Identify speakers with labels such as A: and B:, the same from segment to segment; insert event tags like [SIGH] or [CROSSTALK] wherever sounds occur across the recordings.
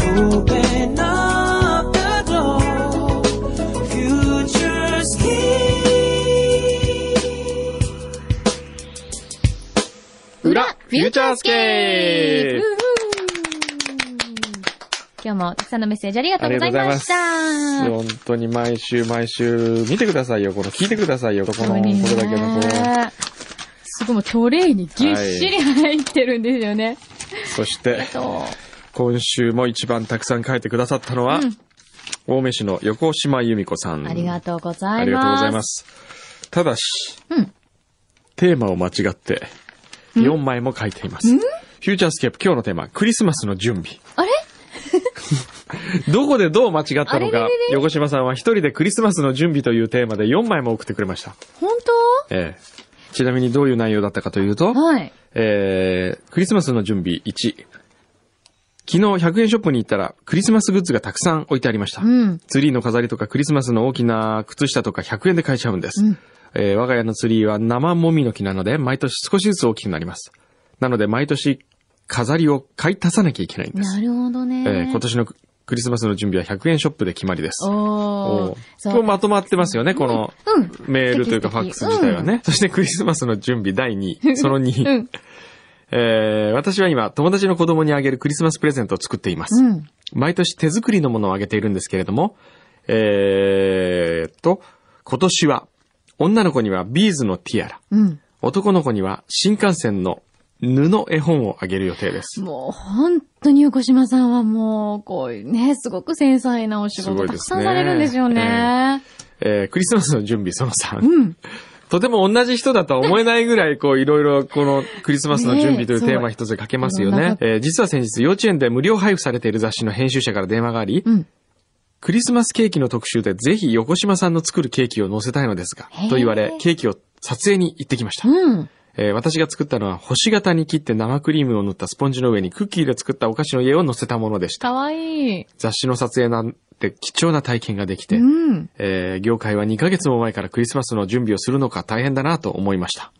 A: Open up the door. Future's key.
B: 裏フューチャースケープ
C: うふう今日もたくさんのメッセージありがとうございました。
B: ありがとうございます。本当に毎週毎週見てくださいよ。この聞いてくださいよ。この、これだけのこう。
C: ねすごいもうトレイにぎっしり入ってるんですよね。
B: そして、
C: そ
B: 今週も一番たくさん書いてくださったのは、
C: うん
B: 青梅市の横島由美子さん。
C: う。ありがとうございます。
B: ありがとうございます。ただし、
C: うん
B: テーマを間違って、4枚も書いています。フューチャースケープ、今日のテーマ、クリスマスの準備。
C: あれ
B: どこでどう間違った
C: あ
B: の
C: れれ
B: か
C: れ、
B: 横島さんは一人でクリスマスの準備というテーマで4枚も送ってくれました。
C: 本
B: ええちなみにどういう内容だったかというと
C: 当、はい。
B: えー、クリスマスの準備1。昨日100円ショップに行ったら、クリスマスグッズがたくさん置いてありました。
C: うん。
B: ツリーの飾りとかクリスマスの大きな靴下とか100円で買えちゃうんです。
C: うん
B: えー我が家のツリーは生もみの木なので、毎年少しずつ大きくなります。なので、毎年飾りを買い足さなきゃいけないんです。
C: なるほどね。
B: えー今年のクリスマスの準備は100円ショップで決まりです。
C: お
B: お
C: ー
B: ー。
C: そ
B: こ
C: う
B: う。まとまってますよね、この
C: うん。
B: メールというかファ
C: 素敵
B: ックス自体はね。そしてクリスマスの準備第2位、
C: [LAUGHS]
B: その2、
C: うん。
B: えー私は今友達の子供にあげるクリスマスプレゼントを作っています。
C: うん。
B: 毎年手作りのものをあげているんですけれども、えーっと、今年は女の子にはビーズのティアラ、
C: うん。
B: 男の子には新幹線の布絵本をあげる予定です。
C: もう本当に横島さんはもう、こういうね、すごく繊細なお仕
B: すご
C: 事
B: い
C: た
B: で
C: く
B: す
C: さ
B: ね
C: んされるんですよね。
B: えークリスマスの準備その3。
C: うん。
B: とても同じ人だとは思えないぐらい、こう、いろいろ、この、クリスマスの準備という
C: ねえ
B: テーマ一つ書けますよ
C: そういろん
B: ね
C: な。
B: えー実は先日、幼稚園で無料配布されている雑誌の編集者から電話があり、
C: うん。
B: クリスマスケーキの特集でぜひ横島さんの作るケーキを載せたいのですが
C: へ、ー
B: と言われ、ケーキを撮影に行ってきました。
C: うん。
B: えー私が作ったのは星型に切って生クリームを塗ったスポンジの上にクッキーで作ったお菓子の家を載せたものでした。
C: かわいい。
B: 雑誌の撮影なんて貴重な体験ができて、
C: うん。
B: えー業界は2ヶ月も前からクリスマスの準備をするのか大変だなと思いました。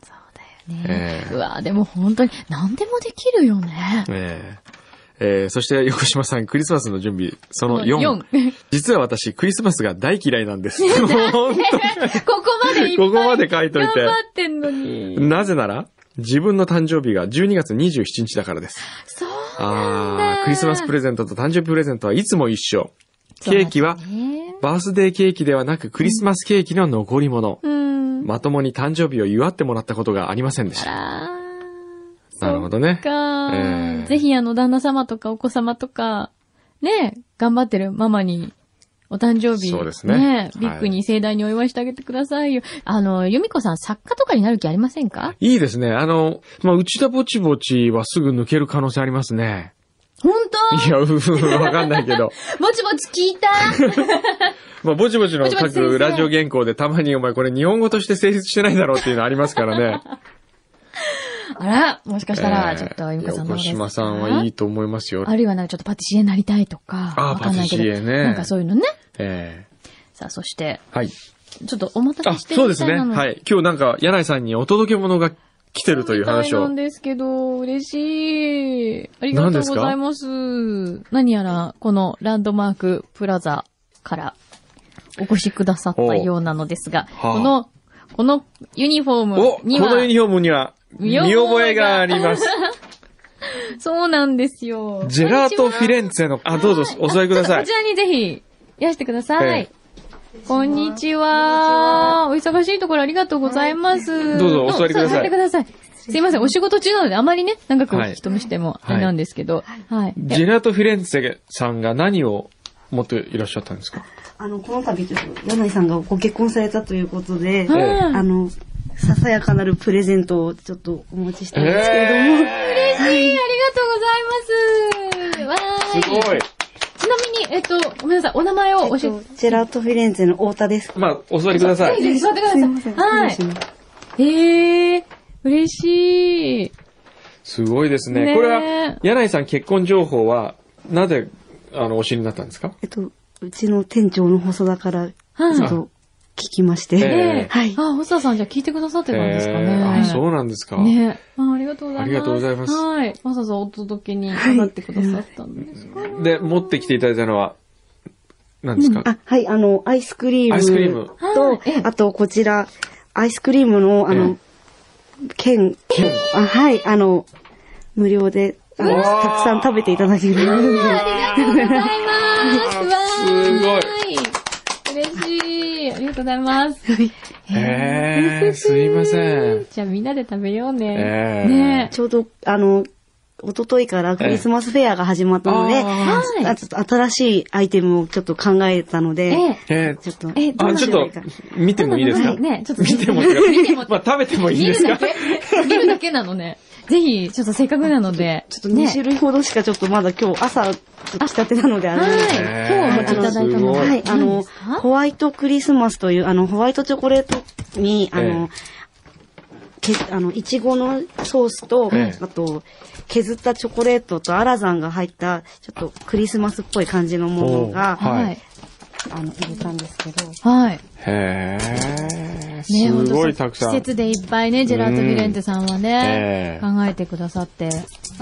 C: ね
B: ええ
C: うわでも本当に何でもできるよね。
B: えーえーそして横島さん、クリスマスの準備、その4。 [LAUGHS]
C: 四
B: 実は私、クリスマスが大嫌いなん
C: [LAUGHS]
B: です。本当
C: ここまでいっぱい
B: ここまで書いといて
C: 頑張ってんのに。
B: なぜなら、自分の誕生日が12月27日だからです。
C: そう。
B: ああ、クリスマスプレゼントと誕生日プレゼントはいつも一緒。ケーキは
C: そうだね
B: バースデーケーキではなくクリスマスケーキの残り物。
C: うん。
B: まともに誕生日を祝ってもらったことがありませんでした。
C: あー
B: なるほどね
C: そっか、
B: ええ
C: ぜひあの、旦那様とかお子様とか、ね、頑張ってるママに、お誕生日。
B: そうですね
C: ビッグに盛大にお祝いしてあげてくださいよ。あの、由美子さん、作家とかになる気ありませんか
B: いいですね。あの、まあ、内田ぼちぼちはすぐ抜ける可能性ありますね。
C: 本 [LAUGHS]
B: いや、うふふ、わかんないけど。
C: 当ぼちぼち聞い
B: [LAUGHS]
C: た
B: まあ、ぼちぼちの
C: ぼちぼち先
B: 各
C: 生
B: ラジオ原稿でたまにお前これ日本語として成立してないだろうっていうのありますからね。
C: あら、もしかしたら、
B: えー
C: ちょっと由美子さんの
B: 横島さんはいいと思いますよ。
C: あるいはなんかちょっとパティシエになりたいとか。
B: あー
C: わかんないけど
B: パティシエね
C: なんかそういうのね。
B: え
C: さあ、そして、
B: ーはい。
C: ちょっとお待た
B: あ、
C: せして。
B: そうですね。はいい。今日なんか、柳井さんにお届け物が来てるという話
C: そう
B: を
C: みたいなん。ですけど、嬉しい。ありがとうございます。何やら、このランドマークプラザからお越しくださったようなのですが、
B: おはあ
C: この、このユニフォー
B: お、こ
C: ムには、
B: のユニフォームには、見
C: 見覚
B: 覚え
C: え
B: が
C: が
B: あります。
C: そうなんですよ。
B: ジェラートフィレンツェの、あ、どうぞお座りくださ
C: こ
B: い
C: ち。らにぜひ、いらしてくださ
B: え
C: い。こんにちは。お忙しいところありがとうございます。
B: どうぞお座りくださ
C: お座
B: い
C: ってください。すいません、お仕事中なので、あまりね、長くお聞き止めしても
B: は
C: あ
B: い
C: れなんですけど。はい。
B: ジェラートフィレンツェさんが何を持っていらっしゃったんですか
D: あの、この度ちょっと、柳井さんがご結婚されたということで、
B: え
C: は
D: あ
C: い。
D: の、ささやかなるプレゼントをちょっとお持ちしたんですけれども、
B: え
C: 嬉しい、ありがとうございます。わー
B: ーすごい。
C: ちなみに、えっと、ごめんなさい、お名前を教え
D: えっとジェラートフィレンツェの太田です。
B: まあ、お座りくださ
C: て、
B: い。
C: ぜひ座ってくだ
D: すいま
C: さ
D: せん。
C: い。はい
D: 失礼します
C: い。えー、嬉しい。
B: すごいですね。
C: ねえ
B: これは、柳井さん結婚情報は、なぜ、あの、お知りになったんですか
D: えっと、うちの店長の細田から、ち
C: はい
D: ょっと、聞きまし
B: え
D: て。
B: え
C: で、
D: はい
C: あ、細田さんじゃあ聞いてくださってたんですかね。
B: えーあ、そうなんですか。
C: ねあ。ありがとうございます。
B: ありがとうございます
C: はい。わざわざお届けになってくださったん
B: [LAUGHS]
C: ですか、
B: で、持ってきていただいたのは、何ですか、
D: あ、はい、あの、アイスクリーム。
B: アイスクリーム
C: はい
D: と
C: ええ、
D: あと、こちら、アイスクリームの、あの、券、
B: 剣
D: あはい、あの、無料で、あ
B: う
D: の、
B: わー
D: たくさん食べていただきます。 [LAUGHS]
C: ありがとうございます。わーい。嬉しい。ありがとうございます。
B: えー、すいません。
C: じゃあみんなで食べようね。
B: えー
C: ね
D: ちょうど、あの、一昨日からクリスマスフェアが始まったの
B: え
D: で、
B: え
C: は
D: ああ
C: い。
D: ちょっと新しいアイテムをちょっと考えたので、
C: え
B: え
D: ちょっと、
C: えどう
B: あ、
C: な
B: ち
C: ん
B: ょっと、見てもいいですか、
C: はいねちょっと
B: 見てもいい
C: 見て
B: です
C: も
B: かまあ、食べてもいい
C: 見
B: です
C: る
B: か
C: だけ見るだけなのね。ぜひ、ちょっとせっかくなので。
D: ちょっと2種類ほどしかちょっとまだ今日朝、ちょっと来たてなのであれなんですけど
C: はい。今日お持ちいただいたの
B: え
C: は
B: ー
D: はい、あ
C: 何で
D: の
C: すか、
D: ホワイトクリスマスという、あの、ホワイトチョコレートに、あの、けあの、いちごのソースと、
B: ええ
D: あと、削ったチョコレートとアラザンが入った、ちょっとクリスマスっぽい感じのものが、
B: おーはい
C: はい。
D: あの、入れたんですけど、
C: はい。
B: へえ、
C: ね、
B: すごいたくさ
C: ほ
B: ん。
C: と施設でいっぱいね、ジェラートフィレンテさんはね、
B: うん
C: 考えてくださって、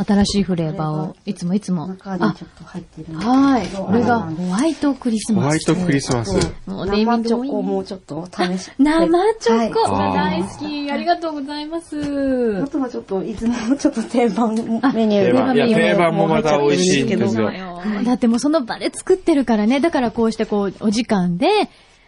C: 新しいフレーバーを、いつもいつも。
D: 中に
C: あ
D: ちょっと入ってるんで
C: はい。これが
D: アラザン
C: ホワイトクリス
B: ホ
C: マス。
B: ワイトクリスマス。
C: もうね
D: 生チョコもちょっと試して。
C: 生チョコ
B: は
C: が大
B: い
C: 好き。ありがとうございます。
D: あとはちょっと、いつものちょっと定番メニュー
B: 定番いや
C: 定番
B: 定番もまた美味しいん
D: け
B: で
D: ど
B: すよ
C: だってもうその場で作ってるからね、だからこうしてこう、お時間で、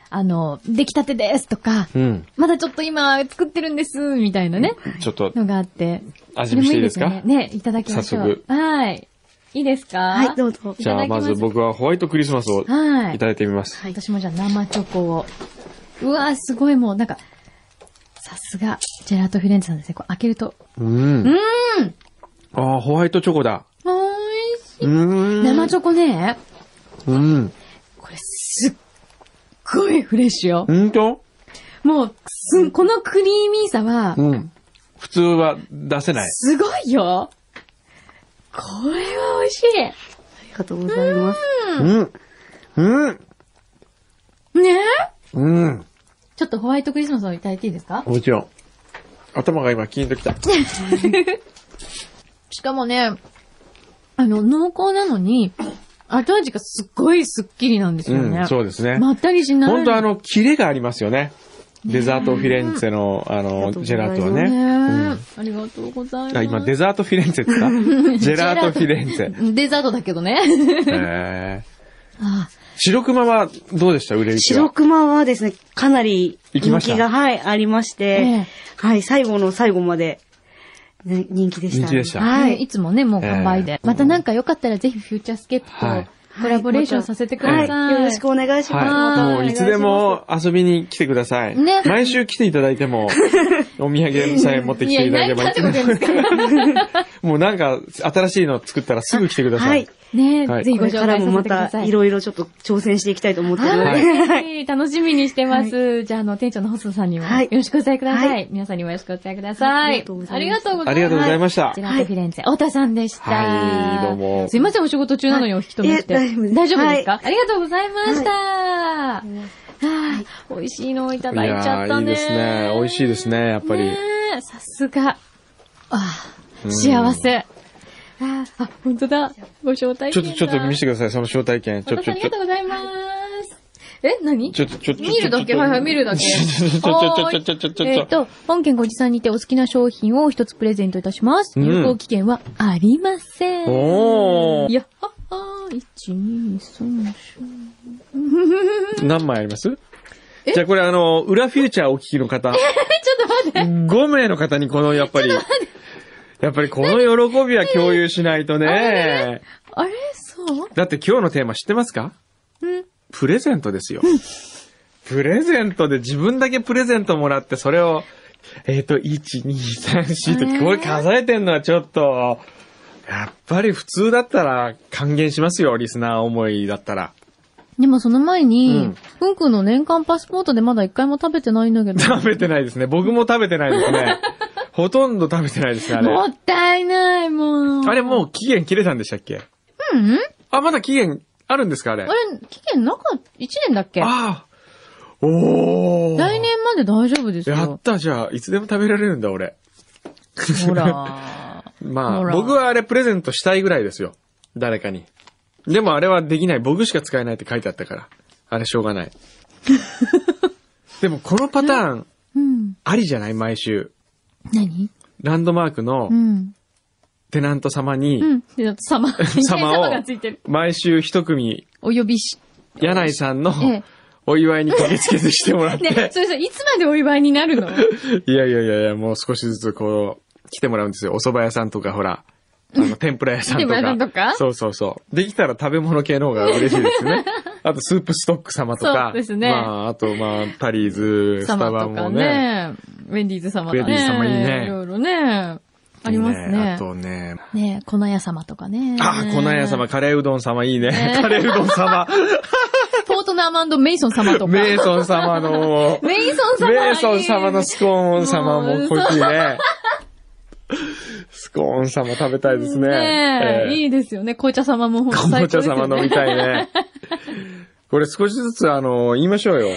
C: あの、出来たてですとか、
B: うん。
C: まだちょっと今作ってるんです、みたいなね、
B: ちょっと、
C: のがあって。
B: 味見していいですか
C: それもいいですよねね、いただきましょ
B: 早
C: う。はい。いいですか
D: はい、どうぞ。
B: じゃあまず僕はホワイトクリスマスをい
C: はい
B: ただいてみます。
C: 私もじゃあ生チョコを。うわー、すごいもうなんか、さすが、ジェラートフィレンツェさんですね。こう開けると、
B: うん。うん。あーホワイトチョコだ。
C: おーいし
B: うー
C: い。
B: ん。
C: 生チョコね、
B: うん。
C: これすっごいフレッシュよ。
B: ほんと
C: もう、すん、このクリーミーさは、
B: うん。普通は出せない。
C: すごいよ。これは美味しい。
D: ありがとうございます。
B: うん。うん。
C: ね
B: うん。
C: ちょっとホワイトクリスマスをいただいていいですか
B: もちろん。頭が今キーンときた。
C: [LAUGHS] しかもね、あの、濃厚なのに、後味がすっごいスッキリなんです
B: う
C: よね。
B: ん、そうですね。
C: まったりしない。
B: 本当あの、キレがありますよね。デザートフィレンツェの、あの、ジェラートは
C: ねえ、
B: ね。
C: ありがとうございます。
B: あ、今、デザートフィレンツェって
C: [LAUGHS]
B: 言ったジェラートフィレンツェ。
C: デザートだけど
B: [LAUGHS]
C: ね。
B: えー
C: あ
B: 白熊はどうでした売れ行きは
D: 白熊はですね、かなり
B: 行きま
D: 人
B: した
D: 気が、はい、ありまして、
C: ええ
D: はい、最後の最後まで、ね人気でし
B: 人
D: た。
B: 気でした
D: は
C: はい。
D: い。
C: いつもね、もう完売で。またなんかよかったらぜひフューチャースケープ
B: はい
C: とコラボレーションさせてくださ。
D: はいい、よろしくお願いします。またお
B: はい。も
D: 願
B: う
D: し
B: い
D: ます
B: つで。も遊びに来てください。
C: ね
B: 毎週来ていただいても、お土産さえ持ってきていただけば
C: いやいないんだって
B: [LAUGHS]
C: ことです
B: もうなんか、新しいの作ったらすぐ来てくださ
D: はいい。。
C: ね
B: はい
C: ぜひ
D: こ
C: ご
D: れ
C: 紹
D: から
C: 介さ
D: も
C: せ
D: ま
C: てくださ
D: た、い
C: い。
D: ろいろちょっと挑戦していきたいと思ってるの
B: は
D: で、
B: い
C: はい。楽しみにしてます。じゃあ、あの、店長の細田さんにも、
D: はい
C: よろしくお伝えくださ。
D: はい
C: 皆さんにもよろしくお伝えくださ
D: あり
C: い
D: がとうございま。す
C: ありがとうございます。
B: ありがとうございました
C: ジェラートフィレンツェ、太田さんでした。
B: はいどうも
C: すいません、お仕事中なのにお引き止めして。
D: はいえ大丈夫です
C: 大丈夫です
D: は
C: かありがとうございました。はい。美味しいのをいただいちゃったね。
B: いやーいいですね。美味しいですね、やっぱり。
C: ねえさすが。ああ、幸せ。ああ、あ本当だ。ご招待
B: ちょ
C: 券
B: っ
C: だ
B: と、ちょっと見せてください、その招待券。ちょ、
C: 私
B: ち
C: あ
B: ょ、
C: り
B: ちょ
C: がとう、ございます。え、何
B: ちょ、ちょ、ちょ、ちょ、
C: 見るだけ、はいはい、見るだけ。
B: ちょ、ちょ、ちょ、ちょ、ちょ、ちょ、ちょ、
C: えっと、本件ご持参にてお好きな商品を一つプレゼントいたします。
B: うん
C: 有効期限はありません。
B: おー
C: やっはっはー、1、2、3、
B: 何枚ありますじゃあこれあの、裏フューチャーお聞きの方。ちょっと待って。5名の方にこの、やっぱり、やっぱりこの喜びは共有しないとね。
C: あれそう
B: だって今日のテーマ知ってますか
C: うん。
B: プレゼントですよ。プレゼントで自分だけプレゼントもらって、それを、えっ、と、1、2、3、4と、これ数えてんのはちょっと、やっぱり普通だったら還元しますよ、リスナー思いだったら。
C: でもその前
B: う
C: に
B: ん、
C: ふんくんの年間パスポートでまだ一回も食べてないんだけど。
B: 食べてないですね。僕も食べてないで
C: [LAUGHS]
B: すね。ほとんど食べてないですね、あ
C: も
B: れ。
C: ったいない、もう。
B: あれもう期限切れたんでしたっけ
C: うんうん
B: あ、まだ期限あるんですか、あれ。
C: あれ、期限なかった、1年だっけ
B: ああ。おー。
C: 来年まで大丈夫です
B: やっ
C: よ。
B: た、じゃあ、いつでも食べられるんだ、俺。
C: ほら。
B: ま
C: ほ
B: あ、
C: ら
B: 僕はあれプレゼントしたいぐらいですよ。誰かに。でもあれはできない。僕しか使えないって書いてあったから。あれしょうが
C: [LAUGHS]
B: ない。でもこのパターン、
C: うん。
B: ありじゃない毎週。
C: 何
B: ランドマークの
C: うん。
B: テナント様に
C: う、ん。で、様、天
B: [LAUGHS] 様を
C: 様がついてる。
B: 毎週一組、
C: お呼びし。
B: 柳井さんの
C: ええ
B: お祝いに駆けつけてしてもらっ
C: ね、
B: て、
C: それそれ、いつまでお祝いになるの
B: いやいやいやいや、もう少しずつこう、来てもらうんですよ。お蕎麦屋さんとか、ほら、
C: [LAUGHS]
B: あの、天ぷら屋さんと
C: 天ぷら屋さん
B: か。
C: とか
B: そうそうそう。できたら食べ物系の方が嬉しいで
C: [LAUGHS]
B: すね。あと、スープストック様とか。
C: そうですね
B: まあ、あと、まあ、タリーズ、スタ
C: 様
B: バ
C: とか
B: もね。
C: ね。ウェンディーズ様とかね。
B: ウェンディーズ様いいね
C: いろいろね。あります
B: いい
C: ね
B: あ。とね。
C: ね粉屋様とかね。
B: あ、粉屋様、。カレーうどん様いいね。
C: ね
B: カレーうど
C: [LAUGHS]
B: ん様、
C: ポートナーマンド・メイソン様とか。
B: メイソン様の、
C: メイソン様
B: メイソン様のスコーン様
C: も
B: も
C: う
B: こっちね。スコーン様食べたいですね。
C: ねえ、
B: ええ
C: いいですよね。紅茶様も本当
B: か
C: 最
B: ぼち
C: 高
B: ゃ
C: ですよね。
B: 様飲みたいね。 [LAUGHS] これ少しずつ、あの、言いましょうよ。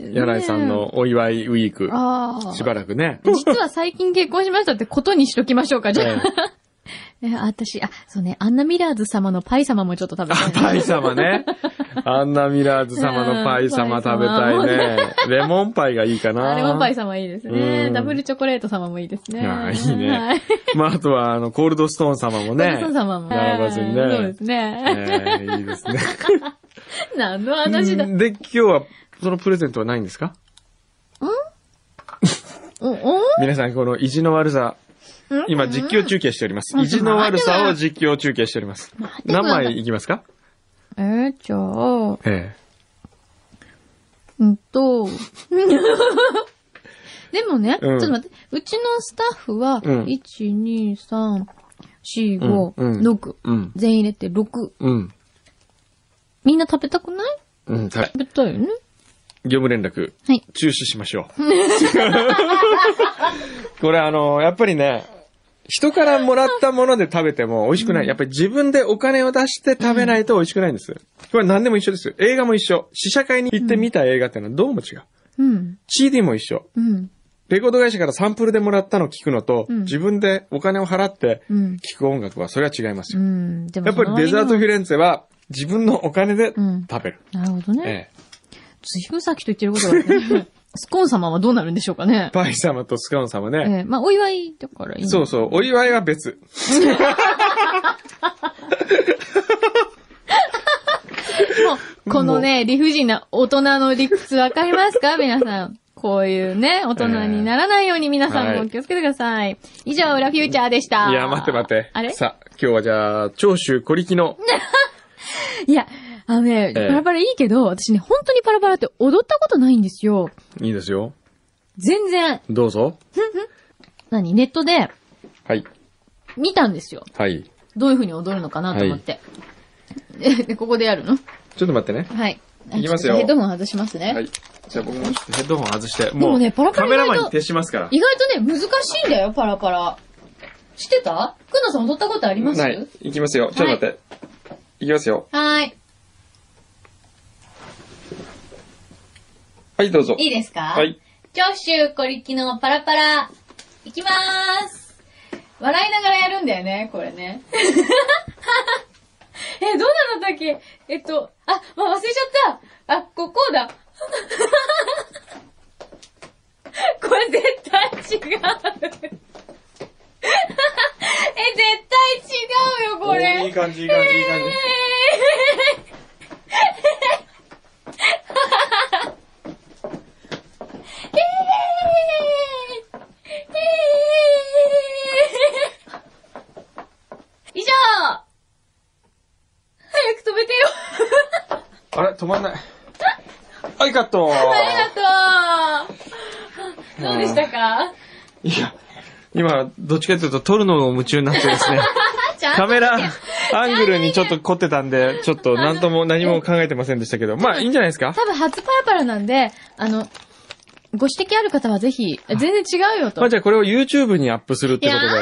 B: 柳井さんのお祝いウィーク。
C: ああ。
B: しばらくね。
C: 実は最近結婚しましたってことにしときましょうか、じゃ
B: [LAUGHS] え
C: あ。え、私、あ、そうね、アンナ・ミラーズ様のパイ様もちょっと食べた
B: あ
C: い、な。
B: パイ様ね。アンナ・ミラーズ様のパイ様食べたいね。レモンパイがいいかな。
C: あれもパイ様いいです
B: う
C: ね。
B: ん
C: ダブルチョコレート様もいいですね。
B: ああいい
C: は
B: ね
C: い。。
B: まあ、あとは、あの、コールドストーン様もね。
C: ね、様も。
B: 並ばずにね。
C: そうですね。
B: ええいいですね。
C: 何の話だ。
B: うんで、今日は、そのプレゼントはないんですか
C: お、お
B: 皆さん、この意地の悪さ、今実況中継しております。意地の悪さを実況中継しております。
C: てくだ
B: 何
C: さい
B: 枚いきますか
C: えー、じゃあ、
B: え
C: うん
B: [LAUGHS]
C: と、でもね、
B: うん
C: ちょっと待って、うちのスタッフは、
B: うん
C: 1、2、3、4、
B: うん
C: 5、
B: うん
C: 6
B: え。うん。
C: 全員入れて6。
B: うん。
C: みんな食べたくない
B: うん。はい
C: 食べたいよね。
B: 業務連絡、
C: はい。
B: 中止しま
C: [LAUGHS]
B: しょう。これあの、やっぱりね、人からもらったもので食べても美味しくない。やっぱり自分でお金を出して食べないと美味しくないんです。これ何でも一緒です。映画も一緒。試写会に行って見た映画ってのはどうも違う。
C: うん。
B: CD も一緒。
C: うん。
B: レコード会社からサンプルでもらったの聞くのと、
C: うん
B: 自分でお金を払って
C: うん。
B: 聞く音楽はそれは違います
C: う
B: よ。
C: ん。でも
B: やっぱりデザートフィ
C: ル。
B: レンツェは自分のお金で
C: うん
B: 食べる。
C: なるほどね。
B: ええ
C: ずいぶんさっきと言ってることが、
B: [LAUGHS]
C: ね、スコーン様はどうなるんでしょうかね。
B: パイ様とスカウン様ね、
C: ええまあ、お祝いだからいいね。
B: そうそう、お祝いは別。
C: もうこのね、理不尽な大人の理屈わかります
B: [LAUGHS]
C: か皆さん。こういうね、大人にならないように皆さん
B: は
C: も
B: い
C: 気をつけてください。以上、裏フューチャーでした。
B: いや、待って待って。
C: あれ
B: さあ、今日はじゃあ、長州小力の、
C: いや、あのね、
B: ええ
C: パラパラいいけど、私ね、本当にパラパラって踊ったことないんですよ。
B: いいですよ。
C: 全然、
B: どうぞ。
C: 何、ネットで
B: はい。
C: 見たんですよ。
B: はい。
C: どういう風に踊るのかなと思って。え [LAUGHS] で、ここでやるの
B: ちょっと待ってね。
C: はい。
B: いきますよ
C: ヘッドホン外しますね。
B: はい。じゃあ僕もちょっとヘッドホン外して、
C: もねパラパラ
B: カメラマ
C: 意
B: ンに
C: 外と
B: 徹しますから。
C: 意外とね、難しいんだよ、パラパラ。知ってたくのさん踊ったことあります
B: ない。いきますよ。ちょっと待って。いきますよ。
C: はーい。
B: はい、どうぞ。
C: いいですか
B: はい。。
C: 長州小力のパラパラ。いきまーす。笑いながらやるんだよね、これ
B: [LAUGHS]
C: ね。え、どうなのだっけえっと、あ、まあ、忘れちゃった。あ、こ、こうだ。 [LAUGHS] これ絶対違う。 [LAUGHS] え、絶対違うよ、これ。
B: おーいい感じ、いい感
C: [LAUGHS]
B: じ、いい感じ。
C: 以上早く止めてよ
B: あれ、止まんない。はい、カッ
C: [LAUGHS]
B: ト
C: ありがとうどうでしたか
B: いや、今、どっちかというと撮るのを夢中になってで
C: [LAUGHS]
B: すね。
C: ちゃんと
B: カメラアングルにちょっと凝ってたんで、ちょっと何とも何も考えてませんでしたけど、まあいいんじゃないですか
C: 多分初パラパラなんで、あの、ご指摘ある方はぜひ、全然違うよと。
B: まあじゃあこれを YouTube にアップするってこ
C: やだよ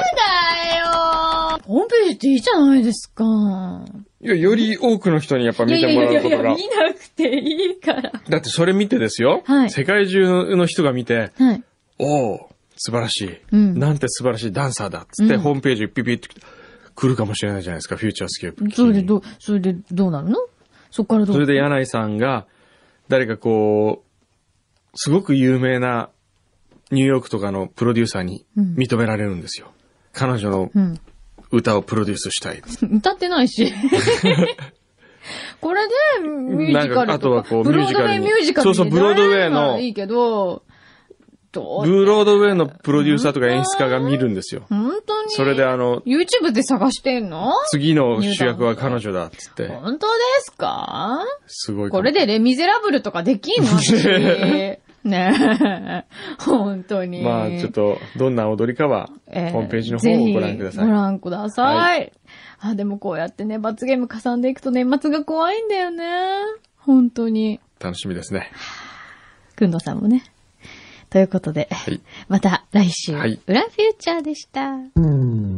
C: ーホームページっていいじゃないですか。
B: といや、より多くの人にやっぱ
C: いや
B: 見
C: い
B: て
C: やいや
B: もらう
C: い
B: こと
C: や、
B: が。
C: 見なくていいから。
B: だってそれ見てですよ。
C: はい
B: 世界中の人が見て、
C: はい。
B: おお素晴らしい、
C: うん
B: なんて素晴らしいダンサーだっつって、
C: うん
B: ホームページピピって来るかもしれないじゃないですか、フューチャースケープ。
C: それでどう、それでどうなるのそっからどう
B: それで柳井さんが、誰かこう、すごく有名なニューヨークとかのプロデューサーに
C: うん
B: 認められるんですよ。彼女の
C: うん。
B: 歌をプロデュースしたい。
C: 歌ってない
B: [LAUGHS]
C: し。これで、ミュージカルとか。
B: なんかあとはこう
C: ブロードウェイミュ
B: ミュ
C: ー
B: ー
C: ジ
B: ジ
C: カ
B: カ
C: ル
B: ル
C: に
B: にそうそうブロードウェ
C: 出られる
B: イの
C: ならいいけど、どう
B: ブロードウェイのプロデューサーとか演出家が見るんですよ。
C: 本当に
B: それであの、
C: YouTube で探してんの
B: 次の主役は彼女だっつって、
C: 本当ですか
B: すごい。
C: これでレミゼラブルとかで
B: [LAUGHS]
C: きんの私ねえ。 [LAUGHS] 本当に。
B: まあちょっと、どんな踊りかは、ホ
C: えー
B: ームページの方をご覧くださ
C: ぜひ
B: い。
C: ご覧ください。
B: は
C: あ、でもこうやってね、罰ゲームかさんでいくと年末が怖いんだよね。本当に。
B: 楽しみですね。
C: くんどさんもね。ということで、
B: はい。
C: また来週、
B: はい
C: 裏フューチャーでした。
E: うん。